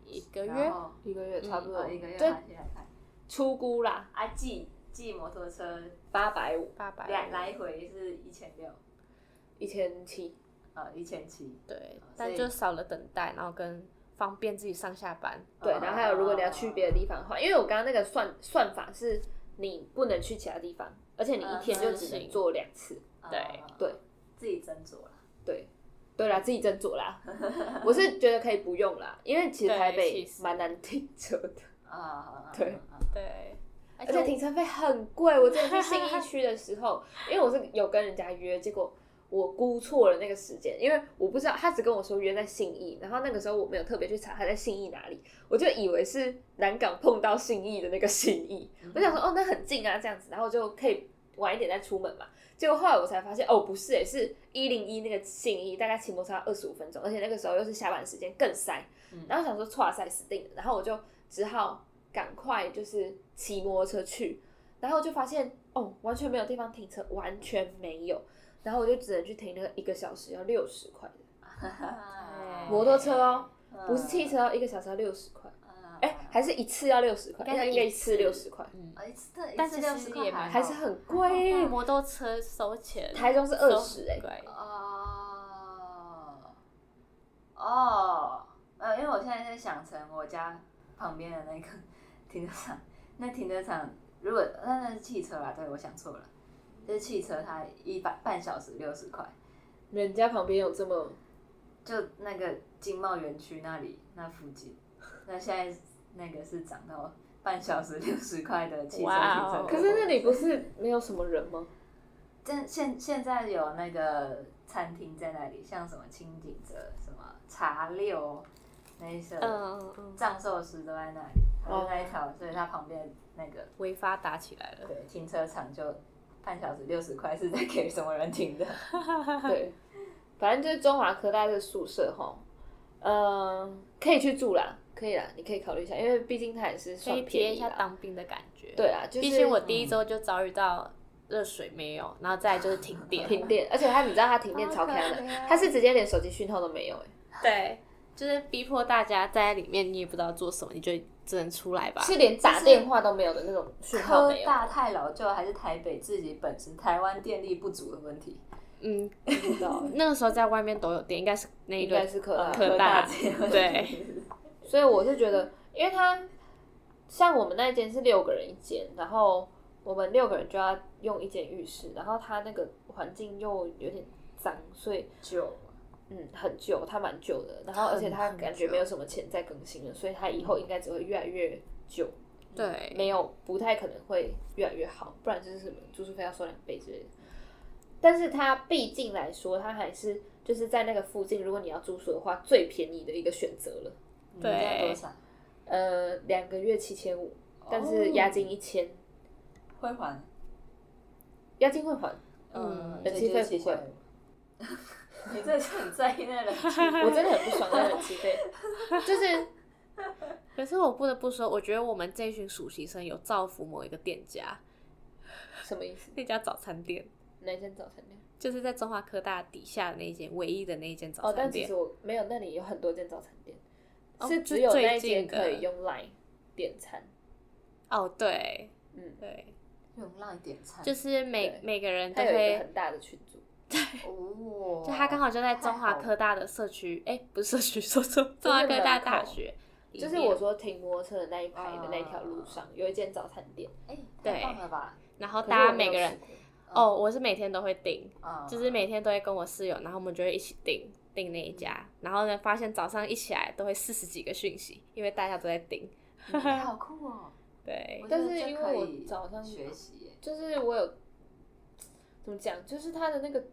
S3: 一个
S2: 然
S3: 月
S2: 后
S1: 一个月差不多，
S2: 哦一个月
S1: 就
S2: 花七百块，
S1: 出估啦，
S2: 啊，寄寄摩托车
S1: 八百五，
S3: 八百
S2: 来来回是一千六，
S1: 一千七，
S2: 呃，一千七，
S3: 对
S2: 所，
S3: 但
S2: 以
S3: 就少了等待，然后跟方便自己上下班。
S1: 对，然后还有如果你要去别的地方的话，因为我刚刚那个算算法是你不能去其他地方，而且你一天就只能做两次。
S2: 方
S3: 对
S1: 对，
S2: 呃自己斟酌啦。
S1: 对，对啦，自己斟酌啦。我是觉得可以不用啦，因为其实
S3: 对
S1: 台
S3: 其
S1: 北
S3: 实
S1: 蛮难停车的，
S2: 啊，
S1: 对
S2: 啊，啊
S3: 对，而
S1: 而且停车费很贵。我之前去信义区的时 候，因为我是有跟人家约，结果。我估错了那个时间，因为我不知道，他只跟我说约在信义，然后那个时候我没有特别去查他在信义哪里，我就以为是南港碰到信义的那个信义，我想说哦，那很近啊，这样子，然后就可以晚一点再出门嘛。结果后来我才发现，哦，不是、欸，是一零一那个信义，大概骑摩托车二十五分钟，而且那个时候又是下班时间，更塞
S2: 嗯。
S1: 然后想说，哇塞，死定了！然后我就只好赶快就是骑摩托车去，然后就发现，哦，完全没有地方停车，完全没有。然后我就只能去停那个一个小时要六十块的
S3: 哎
S1: 摩托车哦，
S2: 嗯
S1: 不是汽车哦，一个小时要六十块，
S2: 嗯
S1: 哎，还是一次要六十块，
S3: 应该是
S1: 应该一
S3: 一次
S1: 次六十块，
S3: 嗯，
S2: 哦一次对，
S3: 但
S2: 一次
S3: 其
S2: 六
S3: 实
S2: 十块
S3: 也蛮
S1: 还是很贵欸。
S3: 摩托车收钱，
S1: 台中是
S3: 收
S1: 二十哎，
S3: 对，
S2: 哦哦，嗯呃，因为我现在在想成我家旁边的那个 停车场，那停车场如果那那是汽车啦，对我想错了，就是汽车它一百半小时六十块，
S1: 人家旁边有这么
S2: 就那个经贸园区那里那附近，那现在那个是涨到半小时六十块的汽车停
S3: 哇
S2: 车
S3: 哦
S2: 格。
S1: 可是那里不是没有什么人吗？
S2: 现现现在有那个餐厅在那里，像什么清景泽、什么茶六那一些
S3: 嗯嗯，
S2: 藏寿司都在那里，它就那一条，所以它旁边那个
S3: 违法打起来了。
S2: 对停车场就半小时六十块是在给什么人 停的？
S1: 对，反正就是中华科大的宿舍哈，呃，可以去住啦，可以啦，你可以考虑一下，因为毕竟它也是
S3: 可
S1: 算
S3: 以体验
S1: 便
S3: 一
S1: 宜
S3: 下
S1: 啦。
S3: 当兵的感觉。，
S1: 对啊，就是
S3: 毕竟我第一周就遭遇到热水没有，然后再来就是停电。
S1: 停电，而且它你知道它停电超
S3: 哦
S1: 开的，
S3: 啊
S1: 它是直接连手机讯号都没有哎、
S3: 对，就是逼迫大家在里面，你也不知道做什么，你就只能出来吧。
S1: 是连打电话都没有的那种讯号
S2: 科
S3: 啊
S1: 没有。
S2: 大太老旧，还是台北自己本身台湾电力不足的问题？
S3: 嗯，不知道。那个时候在外面都有电，应该是那一
S1: 应该
S3: 个
S1: 是科大，
S3: 科大
S2: 自己的问题
S3: 对，
S1: 所以我是觉得，因为它像我们那一间是六个人一间，然后我们六个人就要用一间浴室，然后它那个环境又有点脏，所以
S2: 就
S1: 嗯，很旧，它蛮旧的，然后而且它感觉没有什么钱在更新了，所以它以后应该只会越来越旧，
S3: 对，
S1: 没有不太可能会越来越好，不然就是什么住宿费要收两倍之类的。但是它毕竟来说，它还是就是在那个附近，如果你要住宿的话，最便宜的一个选择了，
S3: 对
S2: 你家多少
S1: 呃，两个月七千五，但是押金一千、
S2: 会还？
S1: 押金会还，
S2: 嗯，
S1: 冷气费不会。
S2: 你这是很在意那 冷气费
S1: 我真的很不爽那个气费，就是
S3: 可是我不得不说，我觉得我们这群暑期生有造福某一个店家，
S1: 什么意思？
S3: 那家早餐店
S1: 哪一间早餐店？
S3: 就是在中华科大底下的那一间唯一的那一间早
S1: 哦，
S3: 餐
S1: 但其
S3: 店
S1: 实。我没有，那里有很多间早餐店，
S3: 哦
S1: 是
S3: 就
S1: 只有
S3: 最
S1: 那一
S3: 近
S1: 间
S3: 的
S1: 可以用 Line 点餐。
S3: 哦，对，
S1: 嗯，
S3: 对，
S2: 用浪点餐，
S3: 就是每
S1: 对
S3: 每个人
S1: 它
S3: 都
S1: 有一个
S3: 会
S1: 很大的群组，
S2: 哦，
S3: 就他刚好就在中华科大的社区，哎、不是社区，说错， 中华科大大学里
S1: 就
S3: 面，
S1: 是我说停摩托车的那一排的那条路上有一间早餐店，
S2: 哎，
S3: 对
S2: 太棒了吧？
S3: 然后
S1: 可是
S3: 大家
S1: 我没
S3: 每
S1: 有
S3: 个
S1: 吃
S3: 人，
S1: 过
S3: 哦，我是每天都会订，
S2: 啊，
S3: 就是每天都会跟我室友，然后我们就会一起订订那一家，然后呢，发现早上一起来都会四十几个讯息，因为大家都在订，
S2: 哎好酷哦！
S3: 对
S2: 我觉
S1: 但
S2: 得
S1: 是
S2: 这
S1: 因
S2: 可
S1: 为
S2: 以
S1: 我早上
S2: 学习耶，
S1: 就是我有怎么讲，就是它的那个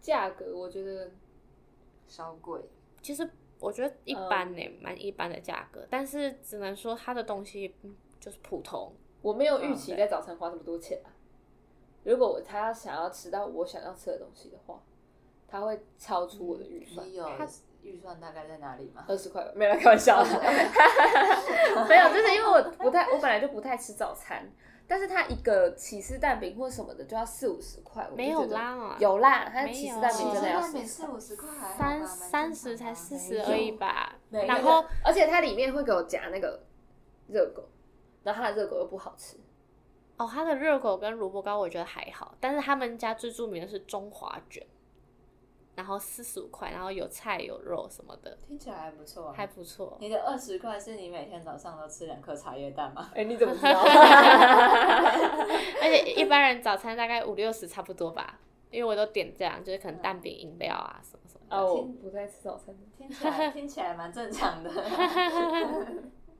S1: 价格，我觉得
S2: 稍贵，
S3: 其实我觉得一般呢、蛮、一般的价格，但是只能说它的东西嗯就是普通，
S1: 我没有预期
S3: 嗯
S1: 在早餐花这么多钱啊。如果我他想要吃到我想要吃的东西的话，他会超出
S3: 嗯
S1: 我的预算。
S2: 你有预算大概在哪里吗？
S1: 二十块吧，没有啦开玩笑的， 没有，就是因为我不太，我本来就不太吃早餐，但是它一个起司蛋饼或什么的就要四五十块，我就
S3: 没有
S1: 觉得
S3: 啦
S1: 有啊啦，它
S3: 没
S1: 起司
S3: 有
S1: 蛋
S3: 其
S1: 饼
S3: 实
S1: 真的要
S2: 每
S1: 四十
S2: 次
S1: 块
S2: 五十块还好吧
S3: 三
S2: 蛮
S3: 三十
S2: 正常的
S3: 才四
S2: 没
S3: 十
S2: 有
S3: 而已吧，
S1: 没有
S3: 然后
S1: 而且它里面会给我夹那个热狗，然后它的热狗又不好吃，
S3: 哦，它的热狗跟萝卜糕我觉得还好，但是他们家最著名的是中华卷，然后四十五块，然后有菜有肉什么的，
S2: 听起来还不错啊。
S3: 还不错。
S2: 你的二十块是你每天早上都吃两颗茶叶蛋吗？
S1: 哎、你怎么知 道？
S3: 而且一般人早餐大概五六十差不多吧，因为我都点这样，就是可能蛋饼、饮料啊什么什么的。
S1: 啊，我不太吃早餐的。
S2: 听起 来听起来蛮正常的。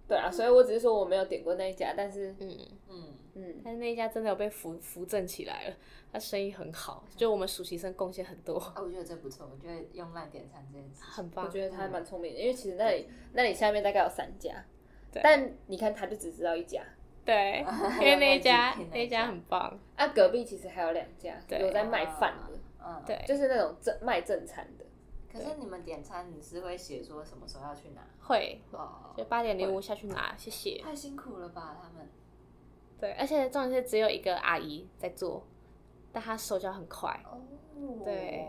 S1: 对啊，所以我只是说我没有点过那一家，但是
S3: 嗯，
S2: 嗯，
S1: 嗯，
S3: 但是那一家真的有被扶扶正起来了，他生意很好，就我们暑期生贡献很 多，
S2: 啊，我觉得这不错，我觉得用烂点餐这件 事情，
S3: 很
S1: 我
S3: 棒。
S1: 觉得他还蛮聪明的，因为其实那里那里下面大概有三家，
S3: 对
S1: 但你看他就只知道一家。
S3: 对，因为那一家
S2: 那一家
S3: 那一家很棒，
S1: 啊，隔壁其实还有两家
S3: 对
S1: 有在卖饭的，
S2: 嗯，
S3: 对，
S1: 就是那种正卖正餐的。
S2: 可是你们点餐，你是会写说什么时候要去哪？
S3: 会
S2: 哦
S3: 就，八点零五下去拿，谢谢。
S2: 太辛苦了吧，他们。
S3: 对，而且重点是只有一个阿姨在做，但她手脚很快。
S2: 哦，
S3: 对，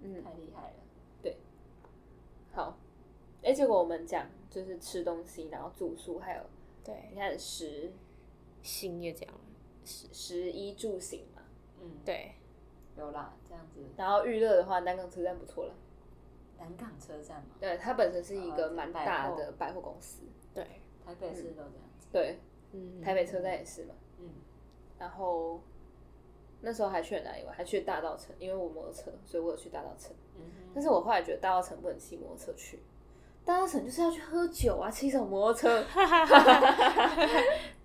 S1: 嗯，
S2: 太厉害了。
S1: 好。哎、结果我们讲就是吃东西，然后住宿，还有
S3: 对
S1: 你，看食
S3: 心也这样。
S1: 食衣住行嘛。
S2: 嗯，
S3: 对，
S2: 有啦，这样子
S1: 然后娱乐的话，南港车站不错了。
S2: 南港车站嘛，
S1: 对，它本身是一
S2: 呃
S1: 个蛮
S2: 百
S1: 大
S2: 货
S1: 的百货公司，
S3: 对，
S2: 台北市都这样子。
S1: 对，
S3: 嗯，
S1: 台北 车站也是嘛。
S2: 嗯，
S1: 然后那时候还去了哪里玩？还去大稻城，因为我摩托车，所以我有去大稻城。
S2: 嗯
S1: 但是我后来觉得大稻城不能骑摩托车去，大稻城就是要去喝酒啊，骑什么摩托车？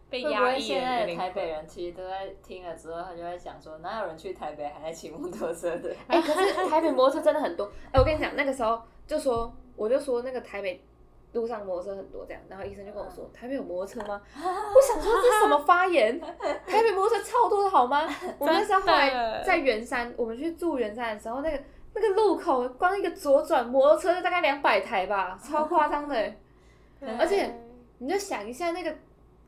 S3: 被
S2: 会不
S3: 压
S2: 会
S3: 抑
S2: 现在
S3: 了
S2: 的
S3: 你的灵魂。
S2: 台北人其实都在听了之后，他就在想说，哪有人去台北还在骑摩托车 的？
S1: 哎、可是台北摩托车真的很多。哎、我跟你讲，那个时候就说，我就说那个台北路上摩托车很多这样，然后医生就跟我说，台北有摩托车吗？我想说这是什么发言？台北摩托车超多的好吗？我那时候后来在圆山，我们去住圆山的时候，那个那个路口光一个左转，摩托车就大概两百台吧，超夸张的、欸
S3: 对
S1: 而且你就想一下那个。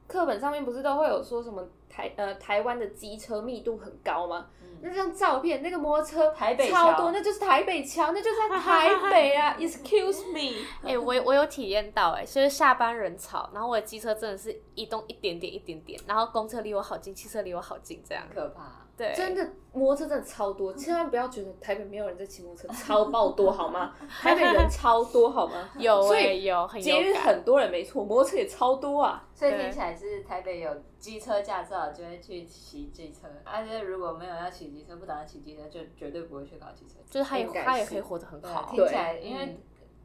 S1: 课本上面不是都会有说什么台呃台湾的机车密度很高吗？
S2: 嗯，
S1: 那张照片，那个摩托车
S2: 台北
S1: 超
S2: 桥
S1: 多，那就是台北桥，那就是在台北啊！Excuse me，
S3: 哎、我我有体验到哎、就是下班人潮，然后我的机车真的是移动一点点一点点，然后公车离我好近，汽车离我好近，这样
S2: 很。可怕。
S3: 对，
S1: 真的摩托车真的超多，千万不要觉得台北没有人在骑摩托车，超爆多好吗？台北人超多好吗？
S3: 有
S1: 所
S3: 哎、
S1: 以
S3: 有很
S1: 节
S3: 有
S1: 日
S3: 感。
S1: 很多人没错，摩托车也超多啊。
S2: 所以
S3: 对
S2: 听起来是台北有机车驾照就会去骑机车，而且如果没有要骑机车，不打算骑机车，就绝对不会去搞机车。
S3: 就是他也
S1: 应该
S3: 他也
S1: 是
S3: 可以活得很
S2: 对啊，
S3: 好。
S2: 听起来
S1: 对
S2: 因为
S1: 嗯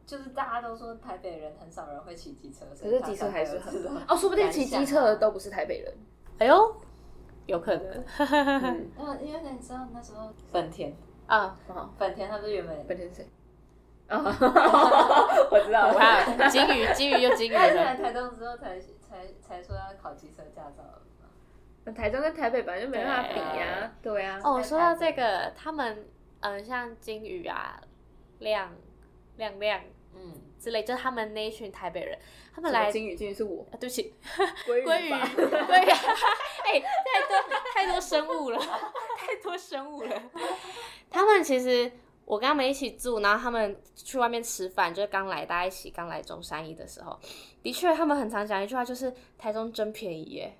S2: 就是大家都说台北人很少人会骑机车，
S1: 可
S2: 可
S1: 是机车还是很多哦，说不定骑机
S2: 感
S1: 车
S2: 想啊
S1: 的都不是台北人。
S3: 哎呦，有可能
S1: 嗯，
S2: 那哦因为你知道那时候本田，
S3: 啊！
S1: 好，
S2: 本田他不是原本
S1: 本田是谁？啊，我知道了。
S3: 哇，金鱼金鱼又金鱼
S2: 他是
S3: 了
S2: 来。台东之后才才才说要考机车驾照的嘛，
S1: 台中跟台北本来就没办法比呀，对啊。
S3: 哦，说到这个，他们嗯、呃像金鱼啊、亮亮亮
S2: 嗯，
S3: 之类，就是他们那一群台北人，他们
S1: 什么
S3: 来。
S1: 金宇俊是我，
S3: 啊，对不起，
S1: 鲑
S3: 鲑鱼，
S1: 吧
S3: 鲑鱼，哎、太多太多生物了，太多生物了。他们其实我跟他们一起住，然后他们去外面吃饭，就是刚来大家一起刚来中山一的时候，的确他们很常讲一句话，就是台中真便宜耶。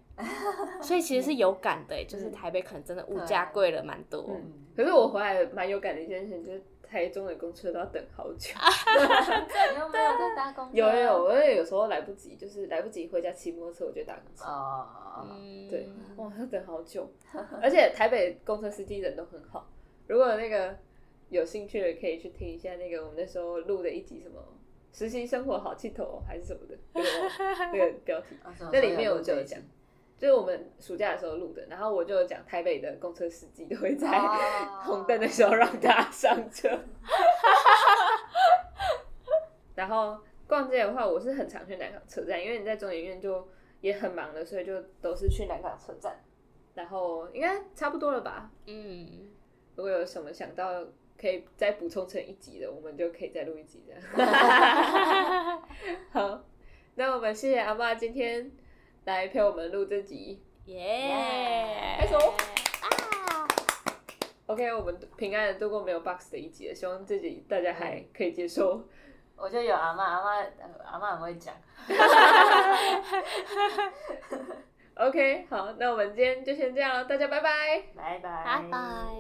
S3: 所以其实是有感的耶，欸就是
S1: 嗯
S3: 台北可能真的物
S2: 对
S3: 价贵了蛮多。
S1: 嗯可是我回来蛮有感的一件事情，就是台中的公车都要等好久。
S2: 你有没有在搭公车？哦
S1: 有有有，我也有时候来不及，就是来不及回家骑摩托车，我就搭公车。
S2: 哦，
S3: 嗯，
S1: 对，哇，要等好久。而且台北公车司机人都很好，如果那个有兴趣的可以去听一下那个我们那时候录的一集什么“实习生活好气头哦”还是什么的，有点忘了那个标 题。
S2: 啊什么
S1: 那里面我就
S2: 有
S1: 有讲，就是我们暑假的时候录的，然后我就有讲台北的公车司机都会在
S2: 哦
S1: 红灯的时候让大家上车。 然后逛街的话，我是很常去南港车站，因为你在中研院就也很忙的，所以就都是去南港车站。然后应该差不多了吧？
S3: 嗯，
S1: 如果有什么想到可以再补充成一集的，我们就可以再录一集这样。 好，那我们谢谢阿妈今天来陪我们录这集。
S3: 耶，
S1: 开始哦 OK，我们平安的度过没有 box 的一集了，希望自己大家还可以接受。
S2: 我就有阿妈，阿妈呃阿妈很会讲，
S1: OK，好，那我们今天就先这样了，大家拜拜。
S2: 拜拜，
S3: 拜拜。